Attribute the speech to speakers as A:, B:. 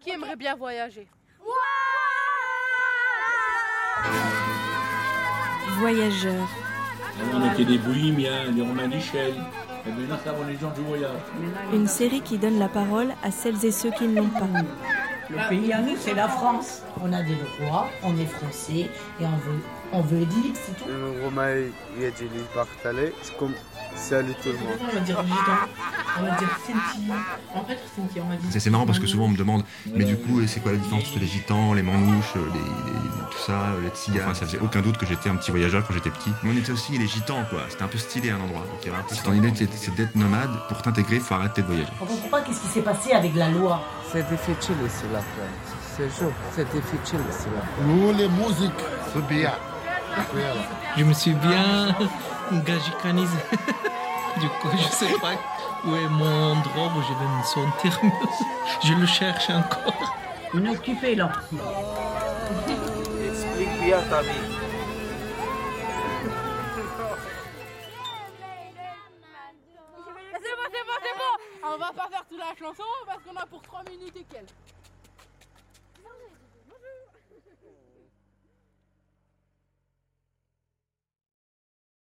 A: Qui aimerait bien voyager
B: Voyageurs,
C: On était des bohémiens, des romains d'échelle. Et maintenant, ça va les gens du voyage.
B: une série qui donne la parole à celles et ceux qui ne l'ont pas.
D: Le pays à nous, c'est la France.
E: On a des droits, on est français et on veut, on veut dire, c'est tout.
F: Le Romaï, il a dit les Barthalais, c'est comme salut tout le monde.
E: On va dire gitan, on va dire senti. En fait, senti, on va dire.
G: C'est c'est marrant parce que souvent on me demande, mais du coup, c'est quoi la différence entre les gitans, les manouches, les, les- tout ça, les tziganes Enfin, ça faisait aucun doute que j'étais un petit voyageur quand j'étais petit. Mais on était aussi les gitans, quoi. C'était un peu stylé un endroit. Donc, il y avait un peu cette idée, c'est- c'est d'être nomade. Pour t'intégrer, il faut arrêter de voyager.
E: On comprend pas qu'est-ce qui s'est passé avec la loi.
F: C'est difficile ici la France. C'est chaud, c'est difficile ici la France.
H: Nous, les musiques, c'est bien.
I: Je me suis bien gajicanisé. Du coup, je sais pas où est mon endroit où je vais me sentir mieux. Je le cherche encore.
D: On est occupé là.
F: Explique bien ta vie.
A: C'est bon, c'est bon, c'est bon On va pas faire toute la chanson parce qu'on a pour 3 minutes et quelques.